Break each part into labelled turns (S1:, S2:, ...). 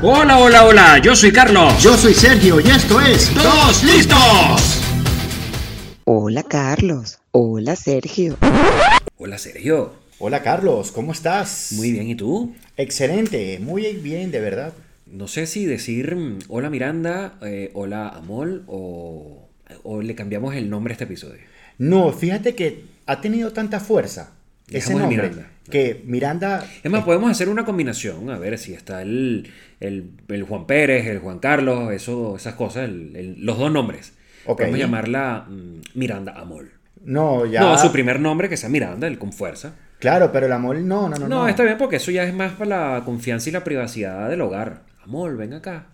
S1: Hola, hola, hola, yo soy Carlos.
S2: Yo soy Sergio y esto es
S1: ¡Todos listos!
S3: Hola Carlos, hola Sergio.
S1: Hola, Sergio.
S2: Hola Carlos, ¿cómo estás?
S1: Muy bien, ¿y tú?
S2: Excelente, muy bien, de verdad.
S1: No sé si decir mm, hola Miranda, eh, hola Amol o, o le cambiamos el nombre a este episodio.
S2: No, fíjate que ha tenido tanta fuerza ese
S1: Dejamos de
S2: nombre
S1: Miranda.
S2: que Miranda
S1: Es más, podemos hacer una combinación, a ver si está el, el- el Juan Pérez, el Juan Carlos, eso, esas cosas, el- el- los dos nombres.
S2: Ok.
S1: Podemos llamarla mm, Miranda Amol.
S2: no ya
S1: No, su primer nombre que sea Miranda, el con fuerza.
S2: claro, pero el amor no, no, no,
S1: No,
S2: no.
S1: está bien porque eso ya es más para la confianza y la privacidad del hogar. Amol, ven acá.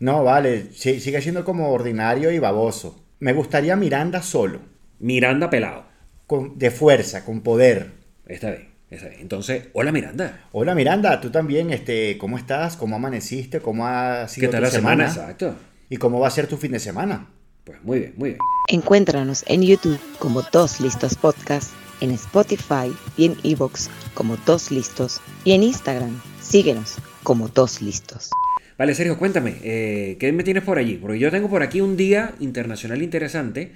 S2: No, vale, sí- sigue siendo como ordinario y baboso. Me gustaría Miranda solo,
S1: Miranda pelado.
S2: con, de fuerza, con poder.
S1: Está bien, está bien. Entonces, hola Miranda.
S2: Hola Miranda, tú también, este, ¿cómo estás? ¿Cómo amaneciste? ¿Cómo ha sido
S1: ¿Qué tal
S2: tu
S1: la semana? Exacto.
S2: ¿Y cómo va a ser tu fin de semana?
S1: Pues muy bien, muy bien.
S3: Encuéntranos en YouTube como Dos Listos Podcast, en Spotify y en Evox como Dos Listos y en Instagram. Síguenos como Dos Listos.
S1: Vale, Sergio, cuéntame, eh, ¿qué me tienes por allí? Porque yo tengo por aquí un día internacional interesante.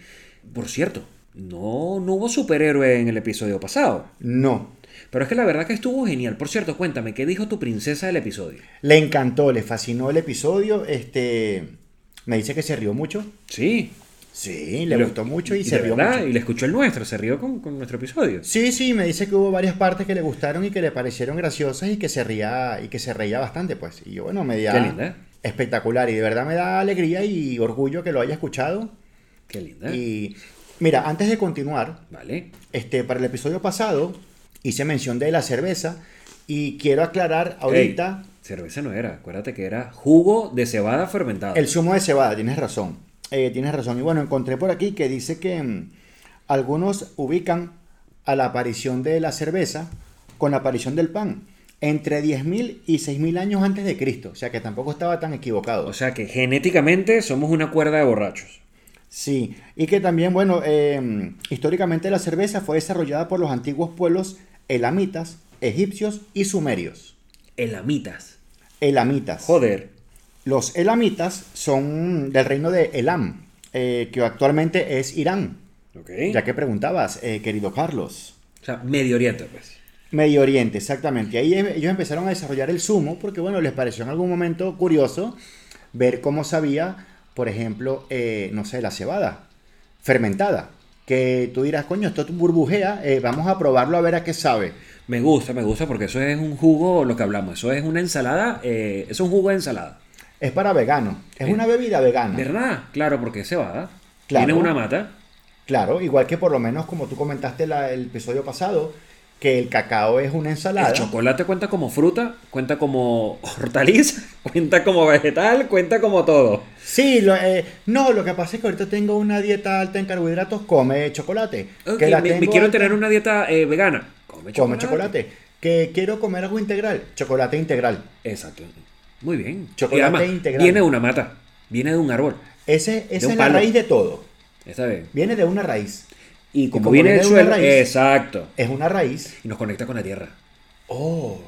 S1: Por cierto, no, no hubo superhéroe en el episodio pasado.
S2: No,
S1: Pero es que la verdad que estuvo genial. Por cierto, cuéntame, ¿qué dijo tu princesa del episodio?
S2: le encantó, le fascinó el episodio, este, me dice que se rió mucho.
S1: Sí.
S2: Sí, le
S1: Lo-
S2: gustó mucho y,
S1: de
S2: se rió
S1: verdad, eh.
S2: mucho.
S1: Y le escuchó el nuestro, se rió con, con nuestro episodio.
S2: Sí, sí, me dice que hubo varias partes que le gustaron y que le parecieron graciosas y que se ría y que se reía bastante, pues. Y yo, bueno, me da
S1: Qué linda. eh.
S2: espectacular y de verdad me da alegría y orgullo que lo haya escuchado.
S1: Qué linda.
S2: Y mira, antes de continuar,
S1: Vale.
S2: este, para el episodio pasado hice mención de la cerveza y quiero aclarar ahorita
S1: Ey, cerveza no era, acuérdate que era jugo de cebada fermentado.
S2: el zumo de cebada. Tienes razón, eh, tienes razón. Y bueno, encontré por aquí que dice que mm, algunos ubican a la aparición de la cerveza con la aparición del pan entre 10.000 y 6.000 años antes de Cristo. O sea que tampoco estaba tan equivocado.
S1: O sea que genéticamente somos una cuerda de borrachos.
S2: Sí, y que también, bueno, eh, históricamente la cerveza fue desarrollada por los antiguos pueblos elamitas, egipcios y sumerios.
S1: Elamitas.
S2: Elamitas.
S1: Joder.
S2: Los elamitas son del reino de Elam, eh, que actualmente es Irán.
S1: Ok.
S2: Ya que preguntabas, eh, querido Carlos.
S1: O sea, Medio Oriente, pues.
S2: Medio Oriente, exactamente. Ahí em- ellos empezaron a desarrollar el zumo porque, bueno, les pareció en algún momento curioso ver cómo sabía, por ejemplo, eh, no sé, la cebada fermentada. Que tú dirás, coño, esto burbujea, eh, vamos a probarlo a ver a qué sabe.
S1: Me gusta, me gusta, porque eso es un jugo, lo que hablamos. Eso es una ensalada, eh, es un jugo de ensalada.
S2: Es para vegano, es
S1: Eh,
S2: una bebida vegana.
S1: ¿Verdad? Claro, porque es cebada.
S2: Claro.
S1: Tiene una mata.
S2: Claro, igual que por lo menos como tú comentaste la- el episodio pasado, que el cacao es una ensalada.
S1: El chocolate cuenta como fruta, cuenta como hortaliza, cuenta como vegetal, cuenta como todo.
S2: Sí, lo- eh, no, lo que pasa es que ahorita tengo una dieta alta en carbohidratos, come chocolate.
S1: Ok,
S2: Que la
S1: me, me
S2: tengo
S1: quiero
S2: alta-
S1: tener una dieta eh, vegana. Come
S2: Come chocolate. Que quiero comer algo integral, chocolate integral.
S1: Exacto. Muy bien.
S2: Chocolate
S1: Y además,
S2: integral.
S1: Viene de una mata, viene de un árbol.
S2: Ese,
S1: De un
S2: esa es la
S1: palo.
S2: raíz de todo.
S1: Está bien.
S2: Viene de una raíz.
S1: Y como,
S2: como
S1: viene
S2: viene
S1: del
S2: de una
S1: suelo,
S2: raíz.
S1: exacto.
S2: Es una raíz.
S1: Y nos conecta con la tierra.
S2: Oh.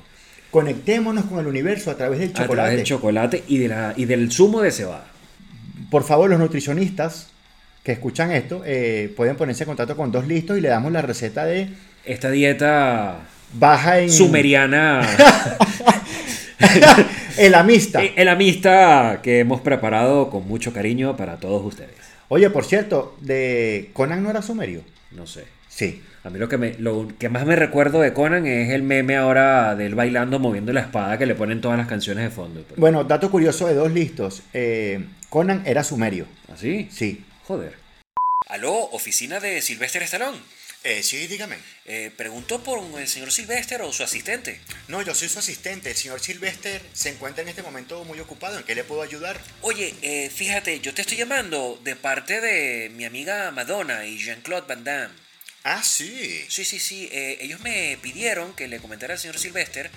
S2: Conectémonos con el universo a través del
S1: A través
S2: chocolate.
S1: del chocolate y, de la, y del zumo de cebada.
S2: Por favor, los nutricionistas que escuchan esto eh, pueden ponerse en contacto con dos listos y le damos la receta de
S1: Esta dieta
S2: baja en
S1: sumeriana,
S2: el amista.
S1: eh, el amista que hemos preparado con mucho cariño para todos ustedes.
S2: Oye, por cierto, de Conan no era sumerio.
S1: No sé.
S2: Sí.
S1: A mí lo que, me, lo que más me recuerdo de Conan es el meme ahora del bailando moviendo la espada que le ponen todas las canciones de fondo. Pues, Pero-
S2: Bueno, dato curioso de dos listos. eh, Conan era sumerio.
S1: ¿Así?
S2: Sí.
S1: Joder. Aló, oficina de Sylvester Stallone.
S2: Eh, sí, dígame.
S1: preguntó por el señor Sylvester o su asistente.
S2: No, yo soy su asistente. El señor Sylvester se encuentra en este momento muy ocupado. ¿En qué le puedo ayudar?
S1: Oye, eh, fíjate, yo te estoy llamando de parte de mi amiga Madonna y Jean-Claude Van Damme.
S2: Ah, sí.
S1: Sí, sí, sí. eh, ellos me pidieron que le comentara al señor Sylvester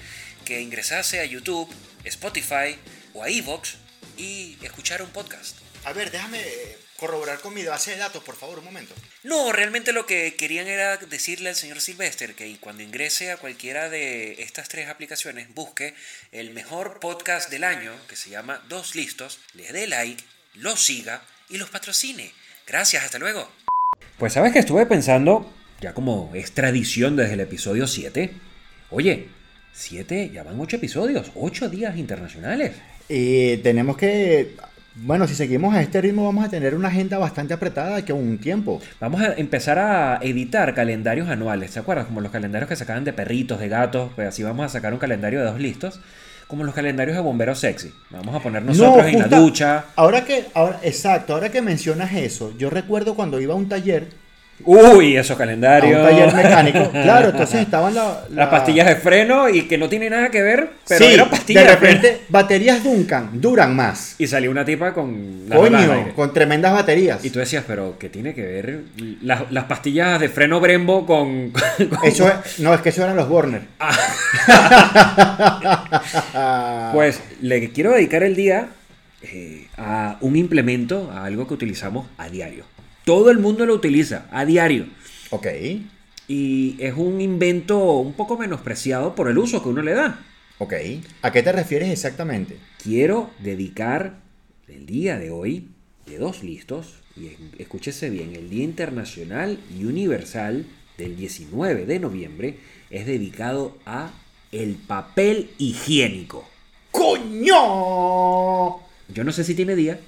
S1: que ingresase a YouTube, Spotify o a Evox y escuchara un podcast.
S2: A ver, déjame eh, corroborar con mi base de datos, por favor, un momento.
S1: No, realmente lo que querían era decirle al señor Sylvester que cuando ingrese a cualquiera de estas tres aplicaciones, busque el mejor podcast del año, que se llama Dos Listos, le dé like, lo siga y los patrocine. Gracias, hasta luego. Pues sabes que estuve pensando, ya como es tradición desde el episodio 7, oye, 7, ya van 8 episodios, 8 días internacionales.
S2: Y tenemos que bueno, si seguimos a este ritmo vamos a tener una agenda bastante apretada que un tiempo.
S1: Vamos a empezar a editar calendarios anuales, ¿te acuerdas? Como los calendarios que sacaban de perritos, de gatos, pues así vamos a sacar un calendario de dos listos, como los calendarios de bomberos sexy. Vamos a poner nosotros
S2: No,
S1: en la
S2: justa-
S1: ducha.
S2: Ahora que, ahora, exacto, ahora que mencionas eso, yo recuerdo cuando iba a un taller,
S1: Uy, esos
S2: a un
S1: calendarios.
S2: taller mecánico, claro, entonces estaban la,
S1: Las pastillas de freno y que no tiene nada que ver, pero
S2: sí,
S1: eran pastillas
S2: de
S1: de freno.
S2: repente, baterías Duncan duran más.
S1: Y salió una tipa con las manos al aire.
S2: Coño, con tremendas baterías.
S1: Y tú decías, pero ¿qué tiene que ver las, las pastillas de freno Brembo con... con-
S2: Eso es- no, es que eso eran los Warner.
S1: Pues le quiero dedicar el día eh, a un implemento, a algo que utilizamos a diario. Todo el mundo lo utiliza a diario.
S2: Ok.
S1: Y es un invento un poco menospreciado por el uso que uno le da.
S2: Ok. ¿A qué te refieres exactamente?
S1: Quiero dedicar el día de hoy, de dos listos, y en- escúchese bien, el Día Internacional y Universal del 19 de noviembre es dedicado a el papel higiénico.
S2: ¡Coño!
S1: Yo no sé si tiene día,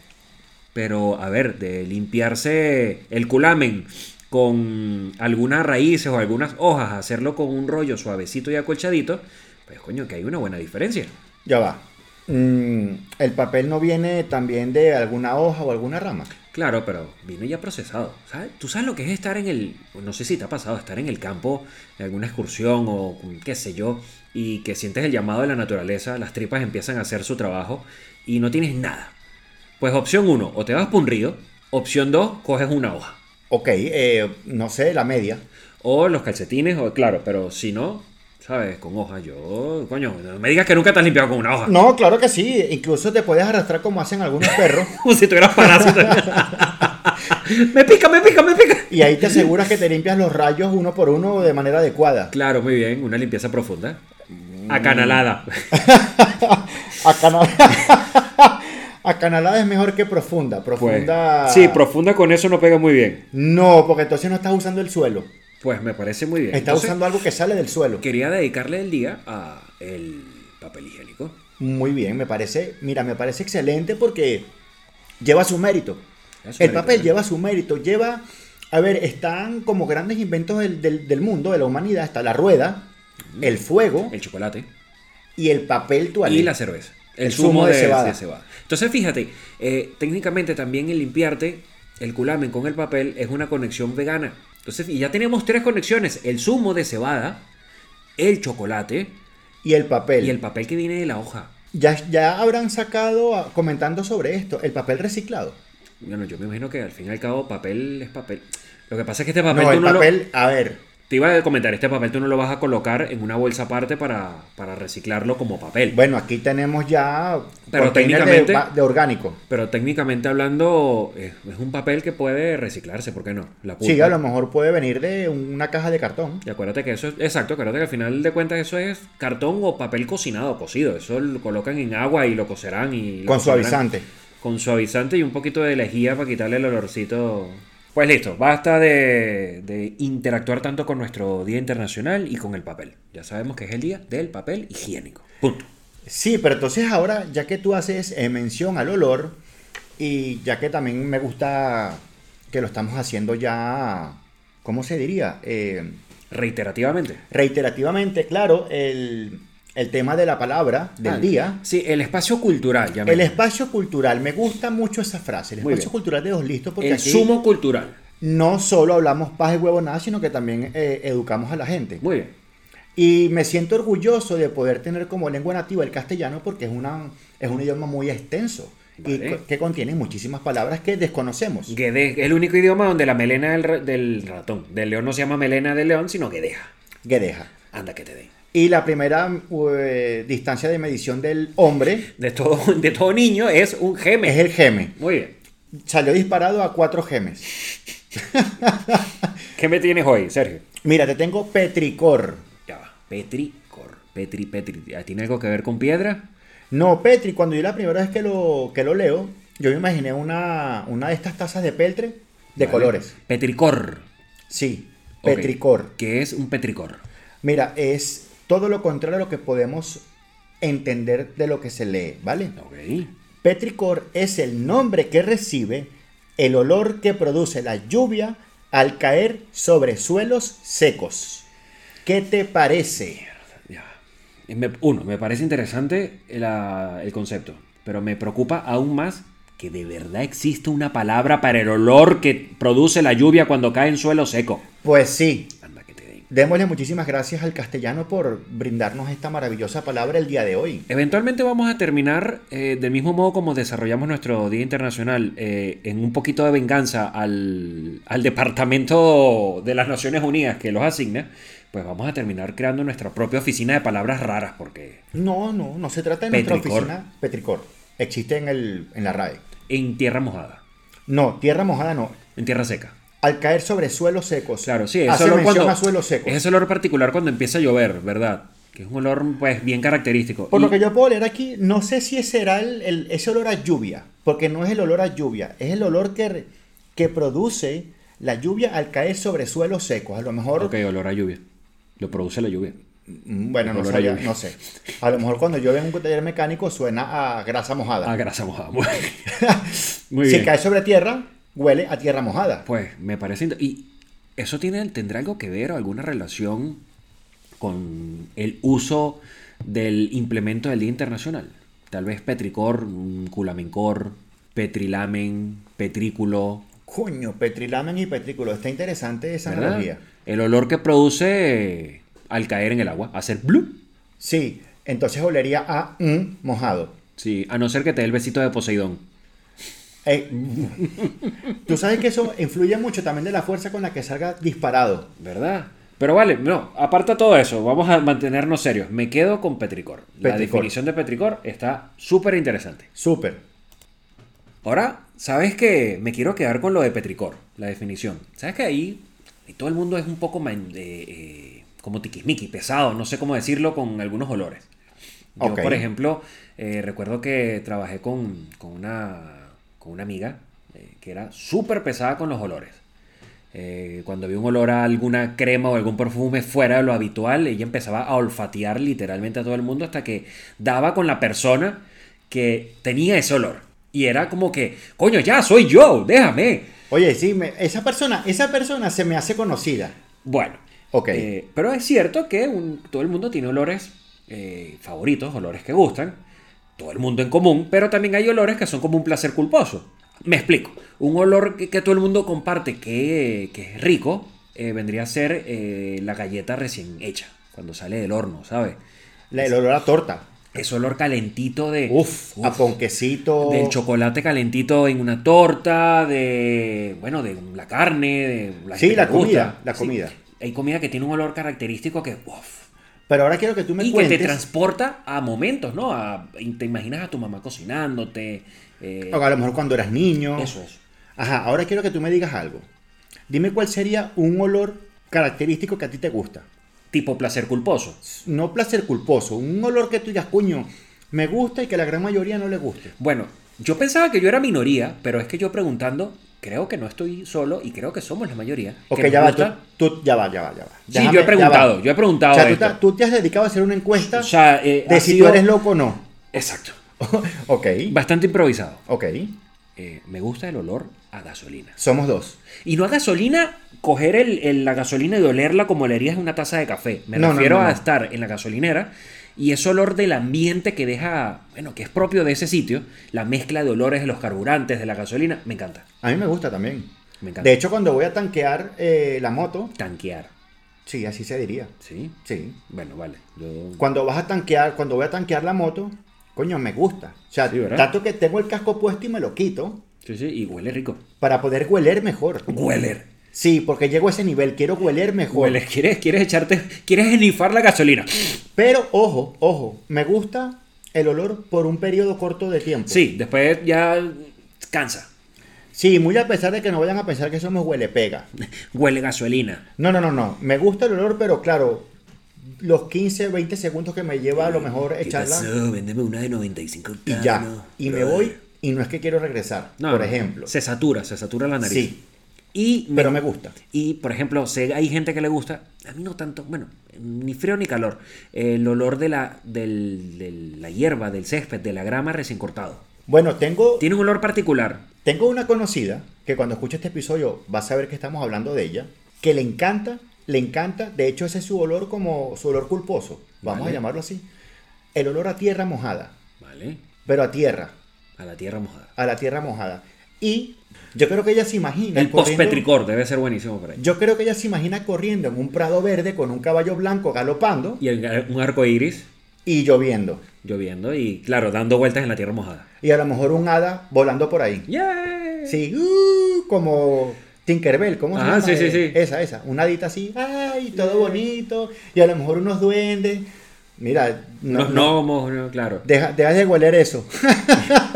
S1: pero a ver, de limpiarse el culamen con algunas raíces o algunas hojas, hacerlo con un rollo suavecito y acolchadito, pues coño, que hay una buena diferencia.
S2: Ya va. Mm, el papel no viene también de alguna hoja o alguna rama.
S1: Claro, pero viene ya procesado. ¿sabes? ¿Tú sabes lo que es estar en el, no sé si te ha pasado, estar en el campo, en alguna excursión o con- qué sé yo, y que sientes el llamado de la naturaleza, las tripas empiezan a hacer su trabajo y no tienes nada? Pues opción 1, o te vas por un río, opción 2, coges una hoja.
S2: Ok, eh, no sé, la media.
S1: O los calcetines, o claro, pero si no, ¿sabes? Con hoja. Yo, coño, no me digas que nunca te has limpiado con una hoja.
S2: No, claro que sí. Incluso te puedes arrastrar como hacen algunos perros.
S1: Como si tuvieras parásito. me pica, me pica, me pica.
S2: Y ahí te aseguras que te limpias los rayos uno por uno de manera adecuada.
S1: Claro, muy bien, una limpieza profunda.
S2: Mm.
S1: Acanalada.
S2: Acanalada, acanalada es mejor que profunda.
S1: Pues,
S2: Profunda.
S1: sí, profunda con eso no pega muy bien.
S2: No, porque entonces no estás usando el suelo.
S1: Pues me parece muy bien.
S2: Estás
S1: Entonces,
S2: usando algo que sale del suelo.
S1: Quería dedicarle el día a el papel higiénico.
S2: Muy bien, me parece, mira, me parece excelente porque lleva su mérito.
S1: Lleva su
S2: el
S1: mérito,
S2: papel
S1: ¿no?
S2: lleva su mérito, lleva, a ver, están como grandes inventos del, del- del mundo, de la humanidad, está la rueda, el fuego
S1: Mm. El chocolate.
S2: y el papel toalé.
S1: y la cerveza. El,
S2: El
S1: zumo,
S2: zumo
S1: de,
S2: de cebada.
S1: de Entonces, fíjate, eh, técnicamente también el limpiarte el culamen con el papel es una conexión vegana. Entonces, y ya tenemos tres conexiones: el zumo de cebada, el chocolate
S2: Y el papel.
S1: y el papel que viene de la hoja.
S2: ya, ya habrán sacado, ah, comentando sobre esto, el papel reciclado.
S1: Bueno, yo me imagino que al fin y al cabo papel es papel. Lo que pasa es que este papel
S2: No,
S1: tú
S2: el
S1: no lo-
S2: papel, a ver,
S1: Te iba a comentar, este papel tú no lo vas a colocar en una bolsa aparte para, para reciclarlo como papel.
S2: bueno, aquí tenemos ya
S1: Pero
S2: container de-
S1: técnicamente-
S2: de, orgánico.
S1: Pero técnicamente hablando, eh, es un papel que puede reciclarse, ¿por qué no? La pulpa.
S2: Sí, a lo mejor puede venir de una caja de cartón.
S1: Y acuérdate que eso es, exacto, acuérdate que al final de cuentas eso es cartón o papel cocinado, cocido. Eso lo colocan en agua y lo cocerán y... lo
S2: Con
S1: cocinarán.
S2: suavizante.
S1: Con suavizante y un poquito de lejía para quitarle el olorcito. Pues listo, basta de, de interactuar tanto con nuestro Día Internacional y con el papel. Ya sabemos que es el Día del Papel Higiénico. Punto.
S2: Sí, pero entonces ahora, ya que tú haces eh, mención al olor, y ya que también me gusta que lo estamos haciendo ya, ¿cómo se diría? Eh,
S1: Reiterativamente.
S2: reiterativamente, claro, el, el tema de la palabra del
S1: Ah,
S2: día.
S1: Sí, el espacio cultural, ya
S2: El espacio cultural, me gusta mucho esa frase, el
S1: Muy
S2: espacio
S1: bien.
S2: cultural de dos listos, porque aquí
S1: sumo cultural.
S2: no solo hablamos paz y huevonada, sino que también eh, educamos a la gente.
S1: Muy bien.
S2: Y me siento orgulloso de poder tener como lengua nativa el castellano porque es, una, es un idioma muy extenso
S1: Vale.
S2: y co- que contiene muchísimas palabras que desconocemos.
S1: Guede, el único idioma donde la melena del, ra- del ratón, del león no se llama melena del león, sino guedeja.
S2: Guedeja.
S1: Anda que te den.
S2: Y la primera eh, distancia de medición del hombre
S1: De todo, de todo niño es un geme.
S2: es el geme.
S1: Muy bien.
S2: salió disparado a cuatro gemes.
S1: ¿Qué me tienes hoy, Sergio?
S2: Mira, te tengo petricor.
S1: Ya va. Petricor. Petri, Petri. Ah, ¿Tiene algo que ver con piedra?
S2: No, Petri, cuando yo la primera vez que lo, que lo leo, yo me imaginé una, una de estas tazas de peltre de
S1: Vale.
S2: colores.
S1: Petricor.
S2: Sí,
S1: Ok.
S2: petricor.
S1: ¿Qué es un petricor?
S2: Mira, es todo lo contrario a lo que podemos entender de lo que se lee, ¿vale?
S1: Ok.
S2: Petricor es el nombre que recibe el olor que produce la lluvia al caer sobre suelos secos. ¿Qué te parece?
S1: Ya. Y me- uno, me parece interesante la- el concepto, pero me preocupa aún más que de verdad exista una palabra para el olor que produce la lluvia cuando cae en suelo seco.
S2: Pues sí,
S1: Anda que te den.
S2: démosle muchísimas gracias al castellano por brindarnos esta maravillosa palabra el día de hoy.
S1: Eventualmente vamos a terminar eh, del mismo modo como desarrollamos nuestro Día Internacional, eh, en un poquito de venganza al, al Departamento de las Naciones Unidas que los asigna, pues vamos a terminar creando nuestra propia oficina de palabras raras, porque
S2: No, no, no se trata de nuestra
S1: Petricor.
S2: oficina Petricor. Existe en, el, en la RAE.
S1: en tierra mojada,
S2: No, tierra mojada no.
S1: en tierra seca.
S2: Al caer sobre suelos secos.
S1: Claro, sí, es
S2: Hace
S1: olor
S2: mención
S1: cuando,
S2: a suelos secos.
S1: es ese olor particular cuando empieza a llover, ¿verdad? Que es un olor pues bien característico.
S2: Por
S1: Y-
S2: lo que yo puedo leer aquí, no sé si ese será el, el- ese olor a lluvia, porque no es el olor a lluvia, es el olor que, re- que produce la lluvia al caer sobre suelos secos. A lo mejor,
S1: Ok, olor a lluvia. Lo produce la lluvia.
S2: mm, bueno, no,
S1: olor a
S2: sabía,
S1: lluvia.
S2: no sé. A lo mejor cuando llueve en un taller mecánico suena a grasa mojada.
S1: Ah, grasa mojada. Muy muy
S2: si
S1: bien.
S2: cae sobre tierra, huele a tierra mojada.
S1: Pues me parece. int- ¿Y eso tiene, tendrá algo que ver o alguna relación con el uso del implemento del Día Internacional? Tal vez petricor, mm, culamencor, petrilamen, petrículo.
S2: Coño, petrilamen y petrículo. Está interesante esa
S1: ¿verdad?
S2: analogía.
S1: El olor que produce eh, al caer en el agua, hacer blue.
S2: Sí, entonces olería a un mojado.
S1: Sí, a no ser que te dé el besito de Poseidón.
S2: Eh, Tú sabes que eso influye mucho también de la fuerza con la que salga disparado.
S1: ¿Verdad? Pero vale, no, aparta todo eso, vamos a mantenernos serios. Me quedo con petricor. La
S2: Petricor.
S1: definición de petricor está súper interesante.
S2: Súper.
S1: Ahora, ¿sabes que Me quiero quedar con lo de petricor, la definición. ¿Sabes que ahí y todo el mundo es un poco man- eh, eh, como tiquismiqui, pesado, no sé cómo decirlo, con algunos olores? Yo,
S2: Ok.
S1: por ejemplo, eh, recuerdo que trabajé con, con una, con una amiga eh, que era súper pesada con los olores. Eh, cuando había un olor a alguna crema o algún perfume fuera de lo habitual, ella empezaba a olfatear literalmente a todo el mundo hasta que daba con la persona que tenía ese olor. Y era como que, coño, ya soy yo, déjame.
S2: Oye, sí, me- esa persona, esa persona se me hace conocida.
S1: Bueno,
S2: Ok.
S1: eh, pero es cierto que un- todo el mundo tiene olores eh, favoritos, olores que gustan, todo el mundo en común, pero también hay olores que son como un placer culposo. Me explico, un olor que, que todo el mundo comparte que, que es rico eh, vendría a ser eh, la galleta recién hecha, cuando sale del horno, ¿sabes?
S2: La- el olor a torta.
S1: Ese olor calentito de...
S2: Uf,
S1: Eh, Uf.
S2: a ponquecito.
S1: Del chocolate calentito en una torta, de. Bueno, de la carne, de.
S2: Sí,
S1: gente
S2: la
S1: que le gusta.
S2: comida, la comida.
S1: Hay comida que tiene un olor característico que. uf,
S2: Pero ahora quiero que tú me
S1: y que
S2: cuentes.
S1: te transporta a momentos, ¿no? A- y te imaginas a tu mamá cocinándote. eh,
S2: o a lo mejor cuando eras niño.
S1: eso es.
S2: Ajá, ahora quiero que tú me digas algo. Dime cuál sería un olor característico que a ti te gusta.
S1: Tipo placer culposo.
S2: No placer culposo, un olor que tú digas, coño, me gusta y que la gran mayoría no le guste.
S1: Bueno, yo pensaba que yo era minoría, pero es que yo preguntando, creo que no estoy solo y creo que somos la mayoría.
S2: Ok,
S1: que
S2: ya
S1: nos
S2: va, tú,
S1: gusta-
S2: tú- ya va, ya va, ya va.
S1: Sí,
S2: Déjame-
S1: yo he
S2: ya va.
S1: preguntado, yo he preguntado.
S2: O sea, tú,
S1: esto.
S2: ta- tú te has dedicado a hacer una encuesta
S1: O sea, eh, ha
S2: de si
S1: sido-
S2: tú eres loco o no.
S1: Exacto.
S2: ok,
S1: Bastante improvisado.
S2: ok.
S1: Eh, me gusta el olor a gasolina.
S2: Somos dos.
S1: Y no a gasolina, coger el- el- la gasolina y olerla como olerías una taza de café. Me
S2: No, no,
S1: refiero
S2: no,
S1: a
S2: no.
S1: estar en la gasolinera y ese olor del ambiente que deja, bueno, que es propio de ese sitio, la mezcla de olores de los carburantes, de la gasolina, me encanta.
S2: A mí me gusta también.
S1: Me encanta.
S2: De hecho, cuando voy a tanquear eh, la moto,
S1: Tanquear,
S2: sí, así se diría.
S1: ¿sí?
S2: Sí.
S1: Bueno, vale. Yo...
S2: Cuando vas a tanquear, cuando voy a tanquear la moto, coño, me gusta. O sea,
S1: Sí, ¿verdad?
S2: tanto que tengo el casco puesto y me lo quito
S1: Sí, sí, y huele rico.
S2: para poder hueler mejor.
S1: Hueler.
S2: Sí, porque llego a ese nivel, quiero hueler mejor.
S1: Hueler. ¿Quieres, quieres echarte, quieres esnifar la gasolina.
S2: Pero ojo, ojo, me gusta el olor por un periodo corto de tiempo.
S1: Sí, después ya cansa.
S2: Sí, muy a pesar de que no vayan a pensar que somos huele pega.
S1: Huele gasolina.
S2: No, no, no, no. Me gusta el olor, pero claro, los 15, 20 segundos que me lleva a lo mejor
S1: ¿Qué
S2: echarla
S1: pasó? Véndeme una de 95
S2: y ya. Y me voy y no es que quiero regresar,
S1: No,
S2: por
S1: no,
S2: ejemplo.
S1: Se satura, se satura la nariz.
S2: Sí.
S1: Y
S2: Pero me gusta.
S1: Y, por ejemplo, sé- hay gente que le gusta, a mí no tanto, bueno, ni frío ni calor, el olor de la, del- de la hierba, del césped, de la grama recién cortado.
S2: Bueno, tengo,
S1: Tiene un olor particular.
S2: tengo una conocida que cuando escucha este episodio va a saber que estamos hablando de ella, que le encanta, le encanta, de hecho ese es su olor como su olor culposo, vamos
S1: Vale.
S2: a llamarlo así, el olor a tierra mojada,
S1: ¿Vale?
S2: pero a tierra,
S1: A la tierra mojada.
S2: a la tierra mojada. Y yo creo que ella se imagina...
S1: El
S2: corriendo-
S1: post-petricor debe ser buenísimo para ahí.
S2: Yo creo que ella se imagina corriendo en un prado verde con un caballo blanco galopando
S1: Y el- un arco iris
S2: y lloviendo.
S1: lloviendo y, claro, dando vueltas en la tierra mojada.
S2: Y a lo mejor un hada volando por ahí.
S1: ¡Yay!
S2: Sí, uh, como Tinkerbell, ¿cómo se
S1: Ajá,
S2: llama?
S1: Ah, sí, sí,
S2: Eh,
S1: sí.
S2: Esa, esa. Una hadita así, ay, todo bonito. Y a lo mejor unos duendes. Mira, no,
S1: Los
S2: no,
S1: gnomos, no, claro.
S2: Deja, deja de oler eso.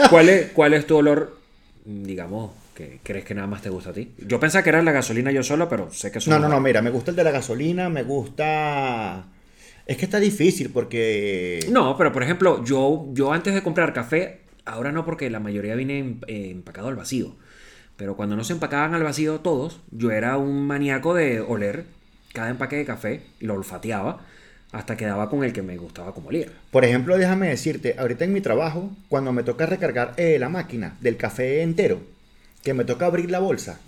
S1: ¿Cuál es, ¿Cuál es tu olor, digamos, que crees que nada más te gusta a ti? Yo pensaba que era la gasolina yo solo, pero sé que son
S2: No, no, no,
S1: varios.
S2: mira, me gusta el de la gasolina, me gusta... Es que está difícil porque...
S1: No, pero por ejemplo, yo, yo antes de comprar café, ahora no porque la mayoría viene em- eh, empacado al vacío. Pero cuando no se empacaban al vacío todos, yo era un maníaco de oler cada empaque de café y lo olfateaba hasta que daba con el que me gustaba como olía.
S2: Por ejemplo, déjame decirte, ahorita en mi trabajo, cuando me toca recargar eh, la máquina del café entero, que me toca abrir la bolsa,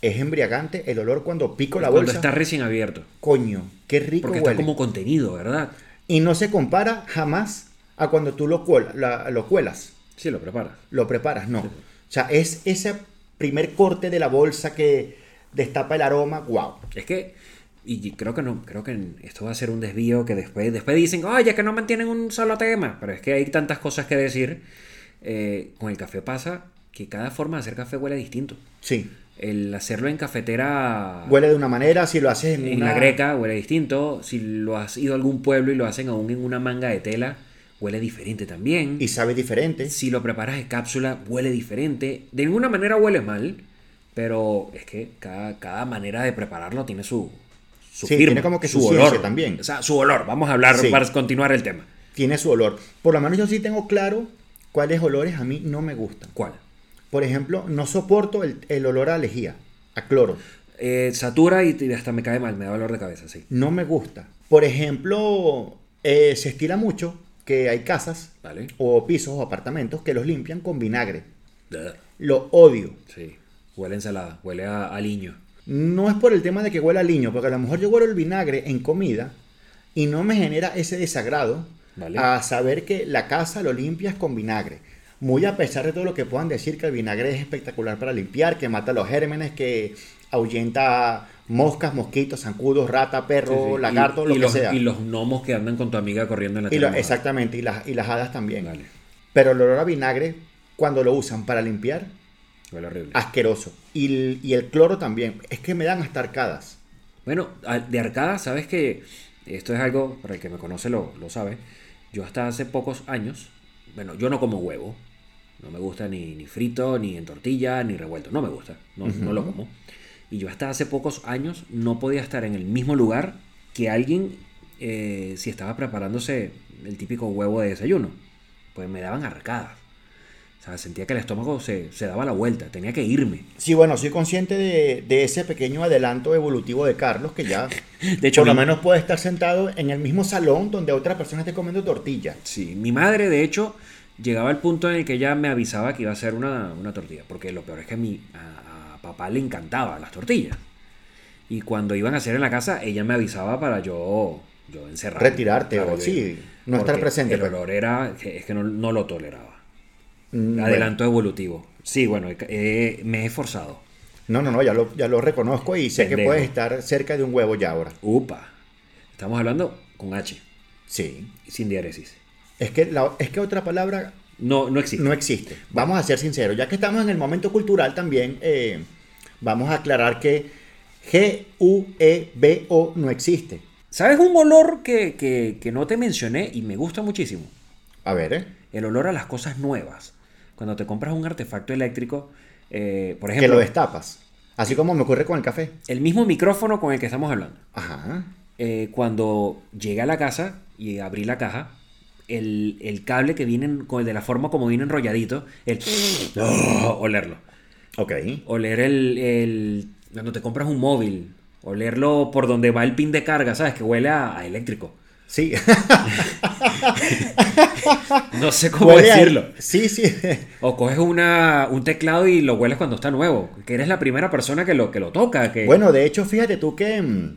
S2: es embriagante el olor cuando pico la
S1: Cuando
S2: bolsa.
S1: está recién abierto.
S2: Coño, qué rico
S1: Porque
S2: huele.
S1: está como contenido, ¿verdad?
S2: Y no se compara jamás a cuando tú lo, cuel- la- lo cuelas,
S1: Sí, lo preparas.
S2: lo preparas, no. O sea, es ese primer corte de la bolsa que destapa el aroma, wow.
S1: Es que, y creo que no, creo que esto va a ser un desvío que después, después dicen, oye, que no mantienen un solo tema, pero es que hay tantas cosas que decir. Eh, con el café pasa que cada forma de hacer café huele distinto.
S2: Sí,
S1: El hacerlo en cafetera,
S2: huele de una manera, si lo haces en,
S1: en
S2: una
S1: la greca, huele distinto. Si lo has ido a algún pueblo y lo hacen aún en una manga de tela, huele diferente también.
S2: y sabe diferente.
S1: si lo preparas en cápsula, huele diferente. De ninguna manera huele mal, pero es que cada, cada manera de prepararlo tiene su, su
S2: Sí,
S1: firma,
S2: tiene como que su ciencia
S1: olor
S2: también.
S1: O sea, su olor. Vamos a hablar
S2: Sí.
S1: para continuar el tema.
S2: tiene su olor. Por lo menos yo sí tengo claro cuáles olores a mí no me gustan.
S1: ¿Cuál?
S2: Por ejemplo, no soporto el, el olor a lejía, a cloro.
S1: Eh, satura y y hasta me cae mal, me da dolor de cabeza, sí.
S2: No me gusta. Por ejemplo, eh, se estila mucho que hay casas
S1: Vale.
S2: o pisos o apartamentos que los limpian con vinagre.
S1: Ugh.
S2: Lo odio.
S1: Sí, huele a ensalada, huele a aliño.
S2: No es por el tema de que huela a liño, porque a lo mejor yo huelo el vinagre en comida y no me genera ese desagrado
S1: Vale.
S2: a saber que la casa lo limpias con vinagre. Muy a pesar de todo lo que puedan decir que el vinagre es espectacular para limpiar, que mata los gérmenes, que ahuyenta moscas, mosquitos, zancudos, rata, perro,
S1: Sí, sí.
S2: lagarto,
S1: Y-
S2: lo
S1: y
S2: que
S1: los,
S2: sea.
S1: Y los gnomos que andan con tu amiga corriendo en la
S2: Y lo-
S1: tierra.
S2: exactamente, y las, y las hadas también.
S1: Vale,
S2: Pero el olor a vinagre, cuando lo usan para limpiar,
S1: huele horrible.
S2: asqueroso. Y el, y el cloro también. Es que me dan hasta arcadas.
S1: Bueno, a- de arcada, sabes que esto es algo, para el que me conoce lo, lo sabe, yo hasta hace pocos años, bueno, yo no como huevo, no me gusta ni, ni frito, ni en tortilla, ni revuelto, no me gusta, no, no lo como. Y yo hasta hace pocos años no podía estar en el mismo lugar que alguien eh, si estaba preparándose el típico huevo de desayuno, pues me daban arcadas. O sea, sentía que el estómago se, se daba la vuelta, tenía que irme.
S2: Sí, bueno, soy consciente de, de ese pequeño adelanto evolutivo de Carlos, que ya
S1: De hecho,
S2: por lo
S1: mi-
S2: menos puede estar sentado en el mismo salón donde otra persona esté comiendo tortilla.
S1: Sí, mi madre, de hecho, llegaba al punto en el que ella me avisaba que iba a hacer una, una tortilla, porque lo peor es que a, mi, a, a papá le encantaban las tortillas. Y cuando iban a hacer en la casa, ella me avisaba para yo, yo encerrarme.
S2: Retirarte o
S1: yo-
S2: sí, no estar
S1: porque
S2: presente,
S1: El
S2: pues.
S1: olor era, que- es que no, no lo toleraba.
S2: Mm,
S1: Adelanto evolutivo. Sí, bueno, he ca- he- me he esforzado.
S2: bueno. No, no, no, ya lo, ya lo reconozco y sé que
S1: Pendejo.
S2: puedes estar cerca de un huevo ya ahora.
S1: Upa. Estamos hablando con H,
S2: Sí.
S1: sin diéresis.
S2: Es que, la- es que otra palabra
S1: No, no existe.
S2: no existe. Vamos a ser sinceros, ya que estamos en el momento cultural también, eh, vamos a aclarar que G-U-E-B-O no existe.
S1: ¿Sabes un olor que, que, que no te mencioné y me gusta muchísimo?
S2: A ver, ¿eh?
S1: El olor a las cosas nuevas. Cuando te compras un artefacto eléctrico, eh, por
S2: que lo
S1: ejemplo,
S2: destapas. Así como me ocurre con el café.
S1: el mismo micrófono con el que estamos hablando.
S2: Ajá.
S1: eh, cuando llegué a la casa y abrí la caja, el, el cable que viene en- con el de la forma como viene enrolladito, el ¡Oh! olerlo.
S2: Ok.
S1: Oler el, el- Cuando te compras un móvil, olerlo por donde va el pin de carga, ¿sabes? Que huele a, a eléctrico.
S2: Sí.
S1: No sé cómo
S2: Huele a-
S1: decirlo.
S2: Sí, sí.
S1: O coges una, un teclado y lo hueles cuando está nuevo. Que eres la primera persona que lo, que lo toca. Que
S2: Bueno, de hecho, fíjate tú que mm,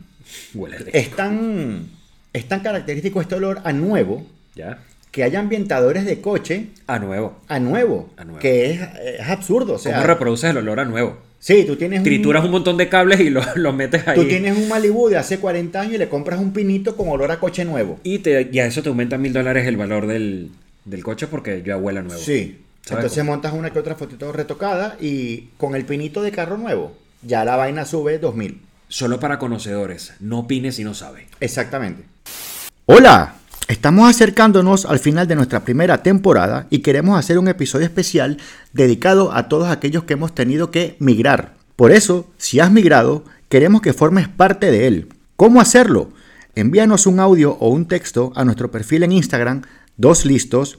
S1: huele rico.
S2: es tan, es tan característico este olor a nuevo
S1: Ya.
S2: que hay ambientadores de coche
S1: A nuevo.
S2: a nuevo.
S1: A nuevo.
S2: Que es, es absurdo. O sea,
S1: ¿Cómo reproduces el olor a nuevo?
S2: sí, tú tienes
S1: Trituras un montón de cables y lo- los metes
S2: un,
S1: ahí.
S2: tú tienes un Malibu de hace 40 años y le compras un pinito con olor a coche nuevo.
S1: Y, te, y a eso te aumenta mil dólares el valor del, del coche porque ya huele a nuevo.
S2: Sí.
S1: ¿Sabes
S2: Entonces
S1: cómo?
S2: montas una que otra fotito retocada y con el pinito de carro nuevo, ya la vaina sube 2000.
S1: Solo para conocedores. No opines si no sabes.
S2: Exactamente. Hola, estamos acercándonos al final de nuestra primera temporada y queremos hacer un episodio especial dedicado a todos aquellos que hemos tenido que migrar. Por eso, si has migrado, queremos que formes parte de él. ¿Cómo hacerlo? Envíanos un audio o un texto a nuestro perfil en Instagram, dos listos,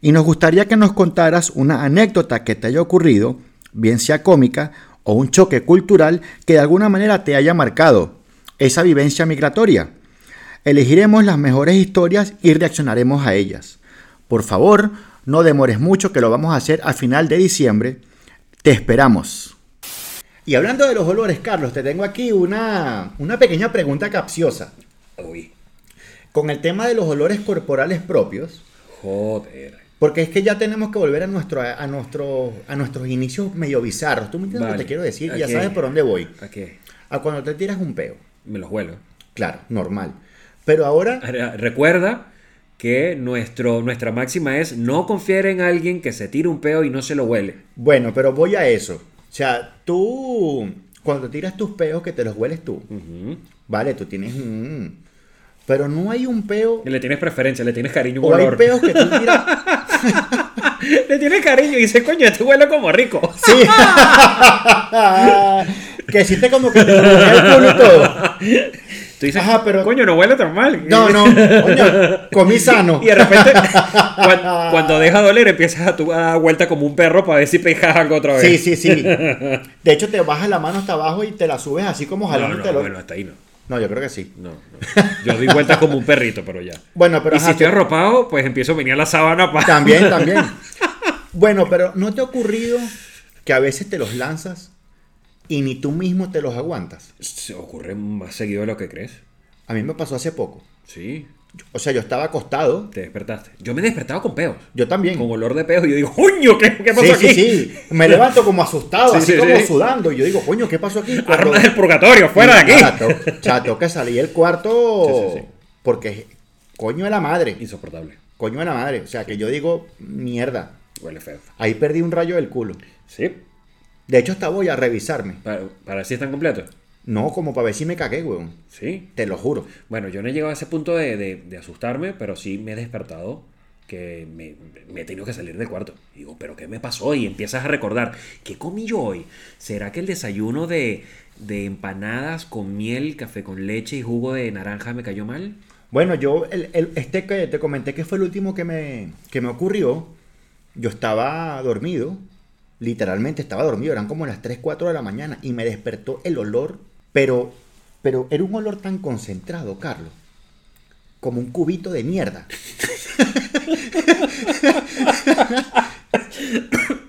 S2: y nos gustaría que nos contaras una anécdota que te haya ocurrido, bien sea cómica o un choque cultural que de alguna manera te haya marcado esa vivencia migratoria. Elegiremos las mejores historias y reaccionaremos a ellas. Por favor, no demores mucho que lo vamos a hacer a final de diciembre. Te esperamos. Y hablando de los olores, Carlos, te tengo aquí una, una pequeña pregunta capciosa.
S1: Uy,
S2: Con el tema de los olores corporales propios,
S1: joder.
S2: porque es que ya tenemos que volver a, nuestro, a, nuestro, a nuestros inicios medio bizarros. Tú me entiendes lo que
S1: Vale.
S2: te quiero decir,
S1: ¿A
S2: ya
S1: qué?
S2: sabes por dónde voy.
S1: ¿A qué?
S2: A cuando te tiras un peo.
S1: Me los huelo.
S2: Claro, normal. Pero ahora
S1: Ahora, Recuerda que nuestro, nuestra máxima es no confiar en alguien que se tire un peo y no se lo huele.
S2: Bueno, pero voy a eso. O sea, tú, cuando tiras tus peos, que te los hueles tú,
S1: Ujú.
S2: vale, tú tienes un... Pero no hay un peo...
S1: Le tienes preferencia, le tienes cariño a un
S2: O hay
S1: olor.
S2: peos que tú tiras...
S1: Le tienes cariño y dices, coño, este huele como rico.
S2: Sí. que hiciste como que te rodea el culo y todo.
S1: Tú dices,
S2: Ajá, pero-
S1: coño, no huele tan mal.
S2: No, no, coño, comí sano.
S1: Y de repente, cuan- cuando, deja doler, empiezas a, tu, a dar vuelta como un perro para ver si pegas algo otra vez.
S2: Sí, sí, sí. De hecho, te bajas la mano hasta abajo y te la subes así como
S1: No, no,
S2: jalándote el
S1: bueno,
S2: olor.
S1: hasta ahí no.
S2: No, yo creo que sí.
S1: No, no. Yo doy vueltas como un perrito, pero ya.
S2: Bueno, pero
S1: y
S2: ajá,
S1: si estoy
S2: te-
S1: arropado, pues empiezo a venir a la sábana para...
S2: También, también. Bueno, pero ¿no te ha ocurrido que a veces te los lanzas y ni tú mismo te los aguantas?
S1: Se ocurre más seguido de lo que crees.
S2: A mí me pasó hace poco.
S1: Sí,
S2: O sea, yo estaba acostado.
S1: te despertaste. Yo me he despertado con peos.
S2: Yo también.
S1: Con olor de peos. Y yo digo, coño, ¿qué, qué pasó
S2: sí,
S1: aquí?
S2: sí, sí. Me levanto como asustado,
S1: Sí,
S2: así
S1: sí,
S2: como
S1: sí.
S2: sudando. Y yo digo, coño, ¿qué pasó aquí? Cuando-
S1: Armas del purgatorio, fuera de
S2: Nada,
S1: aquí.
S2: to- cha, toca salir el cuarto
S1: Sí, sí, sí.
S2: porque coño de la madre.
S1: Insoportable.
S2: Coño de la madre. O sea, que yo digo, mierda.
S1: Huele feo.
S2: Ahí perdí un rayo del culo.
S1: Sí.
S2: De hecho, hasta voy a revisarme.
S1: Para, para si están completos.
S2: No, como para ver si me cagué, weón.
S1: Sí.
S2: Te lo juro.
S1: Bueno, yo no he llegado a ese punto de, de- de asustarme, pero sí me he despertado que me, me he tenido que salir del cuarto. Y digo, ¿pero qué me pasó? Y empiezas a recordar, ¿qué comí yo hoy? ¿Será que el desayuno de, de empanadas con miel, café con leche y jugo de naranja me cayó mal?
S2: Bueno, yo, el, el- este que te comenté que fue el último que me, que me ocurrió, yo estaba dormido, literalmente estaba dormido, eran como las 3, 4 de la mañana y me despertó el olor, pero, pero era un olor tan concentrado, Carlos, como un cubito de mierda.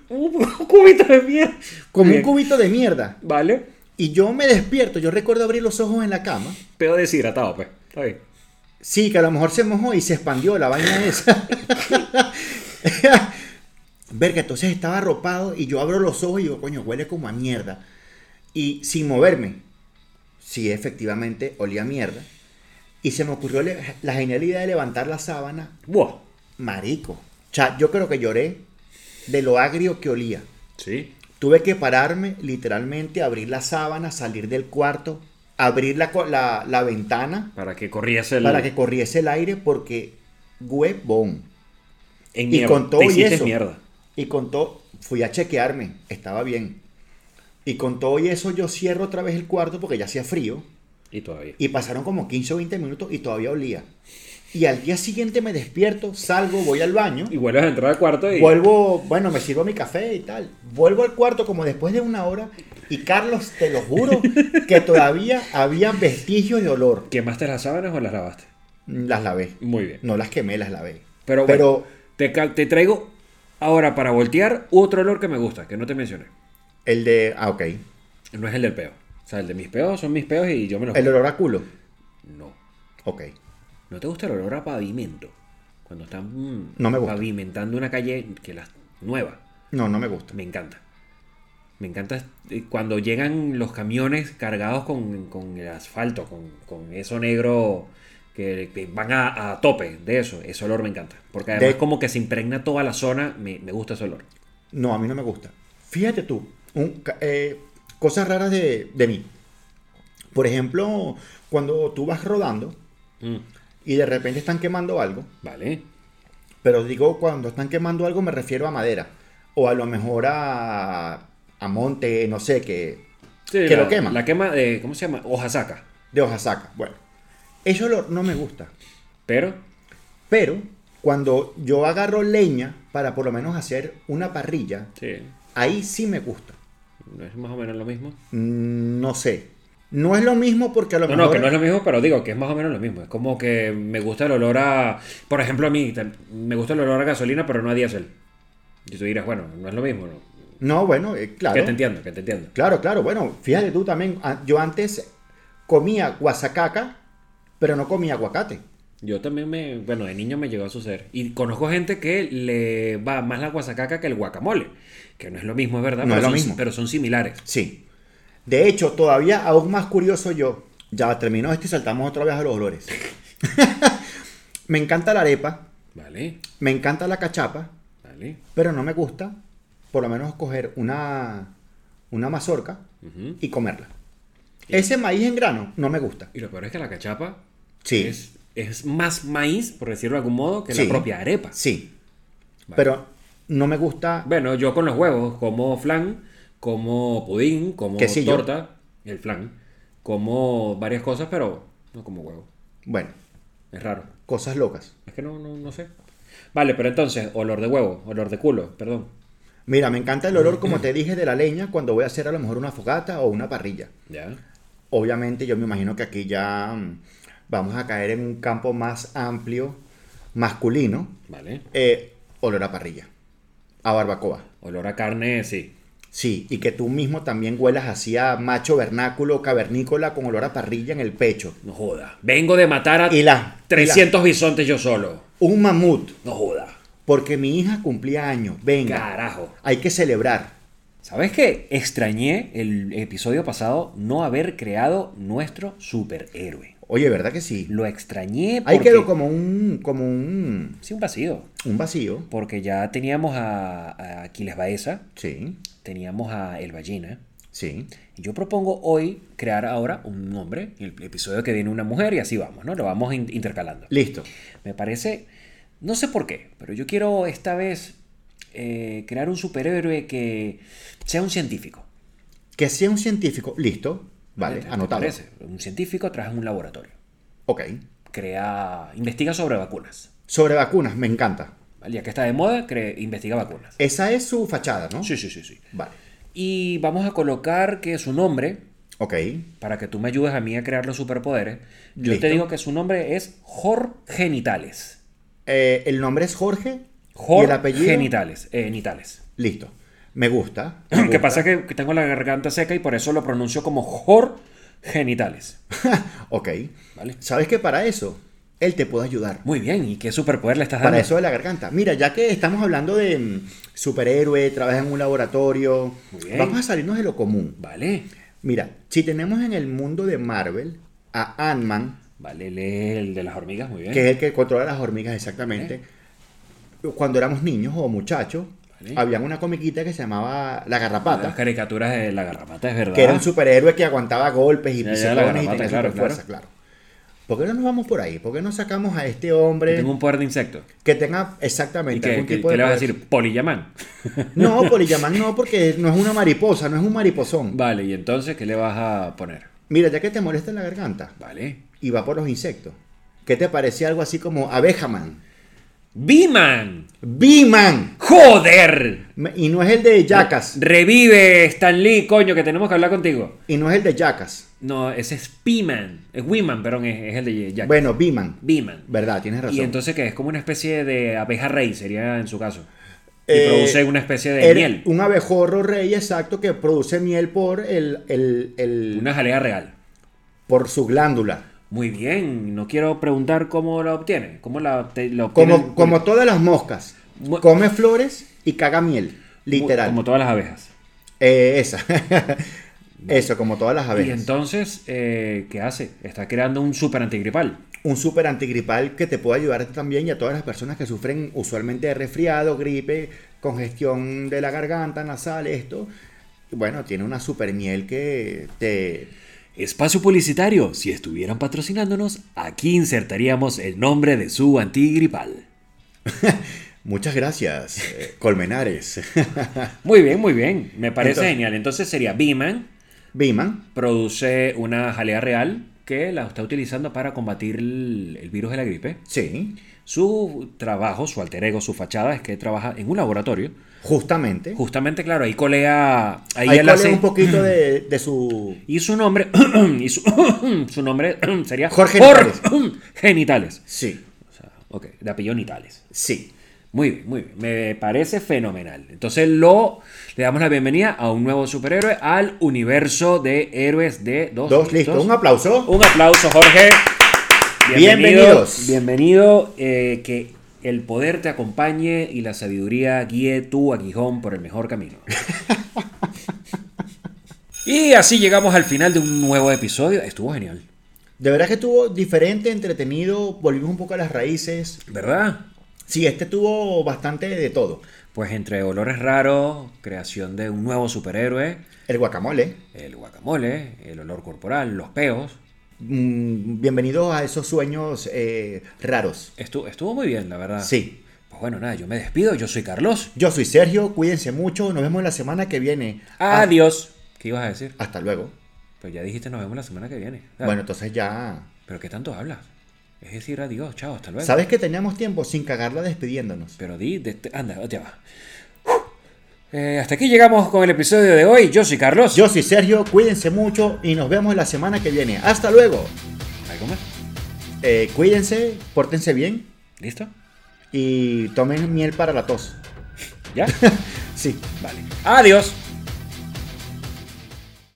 S1: Un cubito de miel.
S2: Como un cubito de mierda.
S1: Vale,
S2: Y yo me despierto, yo recuerdo abrir los ojos en la cama.
S1: pero deshidratado, pues. Está bien.
S2: Sí, que a lo mejor se mojó y se expandió la vaina esa. Verga, entonces estaba arropado y yo abro los ojos y digo, coño, huele como a mierda. Y sin moverme, sí, efectivamente olía a mierda. Y se me ocurrió le- la genial idea de levantar la sábana,
S1: Buah.
S2: marico. O sea, yo creo que lloré de lo agrio que olía.
S1: Sí.
S2: Tuve que pararme, literalmente, abrir la sábana, salir del cuarto, abrir la, co- la- la ventana
S1: Para que corriese el...
S2: para que corriese el aire porque huevón.
S1: en
S2: Y
S1: mierda.
S2: con todo
S1: Te
S2: y
S1: hiciste
S2: eso.
S1: mierda.
S2: Y contó, fui a chequearme, estaba bien. Y con todo y eso yo cierro otra vez el cuarto porque ya hacía frío.
S1: Y todavía.
S2: Y pasaron como 15 o 20 minutos y todavía olía. Y al día siguiente me despierto, salgo, voy al baño.
S1: Y vuelves a entrar al cuarto y...
S2: Vuelvo, bueno, me sirvo mi café y tal. Vuelvo al cuarto como después de una hora y Carlos, te lo juro, que todavía había vestigios de olor.
S1: ¿Quemaste las sábanas o las lavaste?
S2: Las lavé.
S1: Muy bien.
S2: No las quemé, las lavé.
S1: Pero bueno, te, ca- te traigo ahora para voltear otro olor que me gusta, que no te mencioné.
S2: el de... Ah, ok.
S1: No es el del peo. O sea, el de mis peos son mis peos y yo me los...
S2: El olor a culo.
S1: No.
S2: Ok.
S1: ¿No te gusta el olor a pavimento? Cuando están mm,
S2: No me gusta.
S1: pavimentando una calle que la nueva.
S2: No, no me gusta.
S1: Me encanta. Me encanta eh, cuando llegan los camiones cargados con, con el asfalto, con, con eso negro que, que van a, a tope de eso. Ese olor me encanta. Porque además
S2: De-
S1: como que se impregna toda la zona, me, me gusta ese olor.
S2: No, a mí no me gusta. Fíjate tú, un ca- eh, cosas raras de, de mí. Por ejemplo, cuando tú vas rodando
S1: Mm,
S2: y de repente están quemando algo,
S1: Vale.
S2: pero digo cuando están quemando algo me refiero a madera. O a lo mejor a, a monte, no sé, que,
S1: Sí,
S2: que
S1: la,
S2: lo quema.
S1: La quema de, ¿cómo se llama? Oaxaca.
S2: De Oaxaca. Bueno, ese olor no me gusta.
S1: Pero,
S2: Pero cuando yo agarro leña para por lo menos hacer una parrilla,
S1: sí,
S2: ahí sí me gusta.
S1: no es más o menos lo mismo.
S2: Mm, No sé. No es lo mismo porque a lo
S1: No,
S2: mejor...
S1: no, que no es lo mismo, pero digo que es más o menos lo mismo. Es como que me gusta el olor a. Por ejemplo, a mí tam- me gusta el olor a gasolina, pero no a diésel. Y tú dirás, bueno, no es lo mismo. ¿no?
S2: No, bueno, eh,
S1: Que
S2: claro.
S1: te entiendo, que te entiendo.
S2: Claro, claro. Bueno, fíjate tú también. a- Yo antes comía guasacaca, pero no comía aguacate.
S1: Yo también me. Bueno, de niño me llegó a suceder. Y conozco gente que le va más la guasacaca que el guacamole. Que no es lo mismo, es verdad.
S2: No
S1: pero
S2: es lo
S1: son,
S2: mismo.
S1: Pero son similares.
S2: Sí. De hecho, todavía aún más curioso yo. Ya terminó esto y saltamos otra vez a los olores. me encanta la arepa,
S1: Vale,
S2: me encanta la cachapa,
S1: vale.
S2: pero no me gusta, por lo menos, coger una, una mazorca
S1: ujú.
S2: y comerla. Ese maíz en grano no me gusta.
S1: Y lo peor es que la cachapa
S2: Sí.
S1: es, es más maíz, por decirlo de algún modo, que
S2: Sí.
S1: la propia arepa.
S2: Sí.
S1: Vale.
S2: Pero no me gusta
S1: Bueno, yo con los huevos como flan, como pudín, como
S2: Quesillo.
S1: torta, el flan, como varias cosas, pero no como huevo.
S2: Bueno,
S1: Es raro.
S2: cosas locas.
S1: Es que no, no, no sé. Vale, pero entonces, olor de huevo, olor de culo, perdón.
S2: Mira, me encanta el olor, como te dije, de la leña cuando voy a hacer a lo mejor una fogata o una parrilla.
S1: Ya.
S2: Obviamente yo me imagino que aquí ya mm, vamos a caer en un campo más amplio, masculino,
S1: Vale.
S2: eh, olor a parrilla, a barbacoa.
S1: Olor a carne, sí.
S2: Sí, y que tú mismo también huelas así a macho vernáculo, cavernícola, con olor a parrilla en el pecho.
S1: No joda. Vengo de matar a
S2: Y la...
S1: 300 bisontes yo solo.
S2: y la- un mamut,
S1: No joda.
S2: porque mi hija cumplía años. Venga,
S1: Carajo.
S2: hay que celebrar.
S1: ¿Sabes qué? Extrañé el episodio pasado no haber creado nuestro superhéroe.
S2: Oye, ¿verdad que sí?
S1: Lo extrañé
S2: Ahí
S1: porque...
S2: quedó como un, como un,
S1: Sí, un vacío.
S2: un vacío.
S1: Porque ya teníamos a, a Aquiles Baeza,
S2: Sí,
S1: teníamos a El Ballena.
S2: sí.
S1: Y yo propongo hoy crear ahora un hombre, y el episodio que viene una mujer y así vamos, ¿no? Lo vamos in- intercalando.
S2: Listo.
S1: Me parece, no sé por qué, pero yo quiero esta vez eh, crear un superhéroe que sea un científico.
S2: Que sea un científico. Listo. Vale,
S1: ¿Te- te
S2: anotado.
S1: parece? Un científico trabaja en un laboratorio,
S2: Ok.
S1: crea, investiga sobre vacunas.
S2: Sobre vacunas, me encanta.
S1: ¿vale? Ya que está de moda, cre- investiga vacunas.
S2: Esa es su fachada, ¿no?
S1: Sí, sí, sí, sí.
S2: Vale.
S1: Y vamos a colocar que su nombre,
S2: Ok.
S1: para que tú me ayudes a mí a crear los superpoderes, yo
S2: Listo.
S1: te digo que su nombre es Jor Genitales.
S2: Eh, el nombre es Jorge. y el
S1: Jor
S2: apellido.
S1: Genitales. eh, Nitales.
S2: Listo. Me gusta. me
S1: que
S2: gusta.
S1: pasa que que tengo la garganta seca y por eso lo pronuncio como Jor Genitales.
S2: ok.
S1: Vale.
S2: ¿Sabes que para eso? Él te puede ayudar.
S1: Muy bien, ¿y qué superpoder le estás dando?
S2: Para eso de la garganta. Mira, ya que estamos hablando de mm, superhéroe, trabaja en un laboratorio,
S1: Muy bien.
S2: vamos a salirnos de lo común.
S1: Vale,
S2: Mira, si tenemos en el mundo de Marvel a Ant-Man,
S1: vale, lee el de las hormigas, muy bien.
S2: que es el que controla las hormigas exactamente, cuando éramos niños o muchachos,
S1: Vale.
S2: había una comiquita que se llamaba La
S1: Las
S2: Garrapata,
S1: caricaturas de la garrapata, es verdad.
S2: que era un superhéroe que aguantaba golpes y
S1: Ya, ya,
S2: pisotones y
S1: La Garrapata,
S2: tenía
S1: claro,
S2: superfuerza, claro. ¿Por qué no nos vamos por ahí? ¿Por qué no sacamos a este hombre
S1: Tengo un poder de insecto.
S2: que tenga
S1: ¿Y
S2: exactamente
S1: qué,
S2: algún
S1: qué-
S2: tipo
S1: qué
S2: de...
S1: le vas a
S2: poder?
S1: decir? Polillamán.
S2: No, Polillamán no, porque no es una mariposa, no es un mariposón.
S1: Vale, y entonces, ¿qué le vas a poner?
S2: Mira, ya que te molesta en la garganta
S1: Vale.
S2: y va por los insectos, ¿qué te parece algo así como abejaman?
S1: ¡Biman!
S2: ¡Biman!
S1: ¡Joder!
S2: Me- Y no es el de Yacas.
S1: Revive, Stan Lee, coño, que tenemos que hablar contigo.
S2: Y no es el de Yacas.
S1: No, ese es P-Man. Es Wiman, perdón, es, es el de Jack.
S2: Bueno, Biman.
S1: Biman.
S2: Verdad, tienes razón.
S1: Y entonces, ¿qué? Es como una especie de abeja rey, sería en su caso. Y
S2: Eh,
S1: produce una especie de
S2: Era
S1: miel.
S2: Un abejorro rey exacto que produce miel por el, el- el-
S1: Una jalea real.
S2: por su glándula.
S1: Muy bien, no quiero preguntar cómo la obtiene. ¿Cómo la, obte- la obtiene?
S2: Como, como todas las moscas.
S1: Bu-
S2: Come flores y caga miel. Literal.
S1: Como todas las abejas.
S2: Eh, esa. Eso, como todas las
S1: Y
S2: abejas.
S1: entonces, eh, ¿qué hace? Está creando un super antigripal.
S2: un super antigripal que te puede ayudar también y a todas las personas que sufren usualmente de resfriado, gripe, congestión de la garganta, nasal, esto. Y Bueno, tiene una super miel que te...
S1: Espacio publicitario, si estuvieran patrocinándonos, aquí insertaríamos el nombre de su antigripal.
S2: Muchas gracias, eh, Colmenares.
S1: Muy bien, muy bien. Me parece
S2: Entonces-
S1: genial. Entonces sería Biman,
S2: Biman,
S1: produce una jalea real que la está utilizando para combatir el, el virus de la gripe.
S2: sí,
S1: Su trabajo, su alter ego, su fachada es que trabaja en un laboratorio.
S2: justamente.
S1: Justamente, claro, ahí colea. Ahí,
S2: Ahí
S1: él
S2: colé
S1: hace-
S2: un poquito de, de su...
S1: Y su nombre. y su, su nombre sería.
S2: Jorge
S1: Genitales. genitales.
S2: Sí,
S1: O sea, ok, de apellido Nitales.
S2: sí.
S1: Muy bien, muy bien. Me parece fenomenal. Entonces lo le damos la bienvenida a un nuevo superhéroe al universo de héroes de dos,
S2: Dos, listo. Un aplauso.
S1: Un aplauso, Jorge.
S2: Bienvenidos.
S1: Bienvenido. eh, que el poder te acompañe y la sabiduría guíe tu aguijón por el mejor camino. y así llegamos al final de un nuevo episodio. Estuvo genial,
S2: De verdad que estuvo diferente, entretenido, volvimos un poco a las raíces.
S1: ¿verdad?
S2: Sí, este tuvo bastante de todo.
S1: Pues entre olores raros, creación de un nuevo superhéroe,
S2: El guacamole.
S1: el guacamole, el olor corporal, los peos.
S2: Mm, bienvenidos a esos sueños eh, raros.
S1: Estuvo, estuvo muy bien, la verdad.
S2: Sí.
S1: Pues bueno, nada, yo me despido. Yo soy Carlos.
S2: Yo soy Sergio, cuídense mucho, nos vemos la semana que viene. Ah,
S1: Adiós. ¿Qué ibas a decir?
S2: hasta luego.
S1: Pues ya dijiste nos vemos la semana que viene. Dale.
S2: Bueno, entonces ya...
S1: Pero ¿qué tanto hablas? Es decir, adiós, chao, hasta luego.
S2: ¿Sabes que teníamos tiempo sin cagarla despidiéndonos?
S1: Pero di, de- te- anda, ya va. Eh, hasta aquí llegamos con el episodio de hoy. Yo soy Carlos.
S2: Yo soy Sergio, cuídense mucho y nos vemos la semana que viene. Hasta luego.
S1: ¿Algo más?
S2: Eh, cuídense, pórtense bien
S1: ¿Listo?
S2: y tomen miel para la tos.
S1: ¿Ya?
S2: Sí.
S1: vale. Adiós.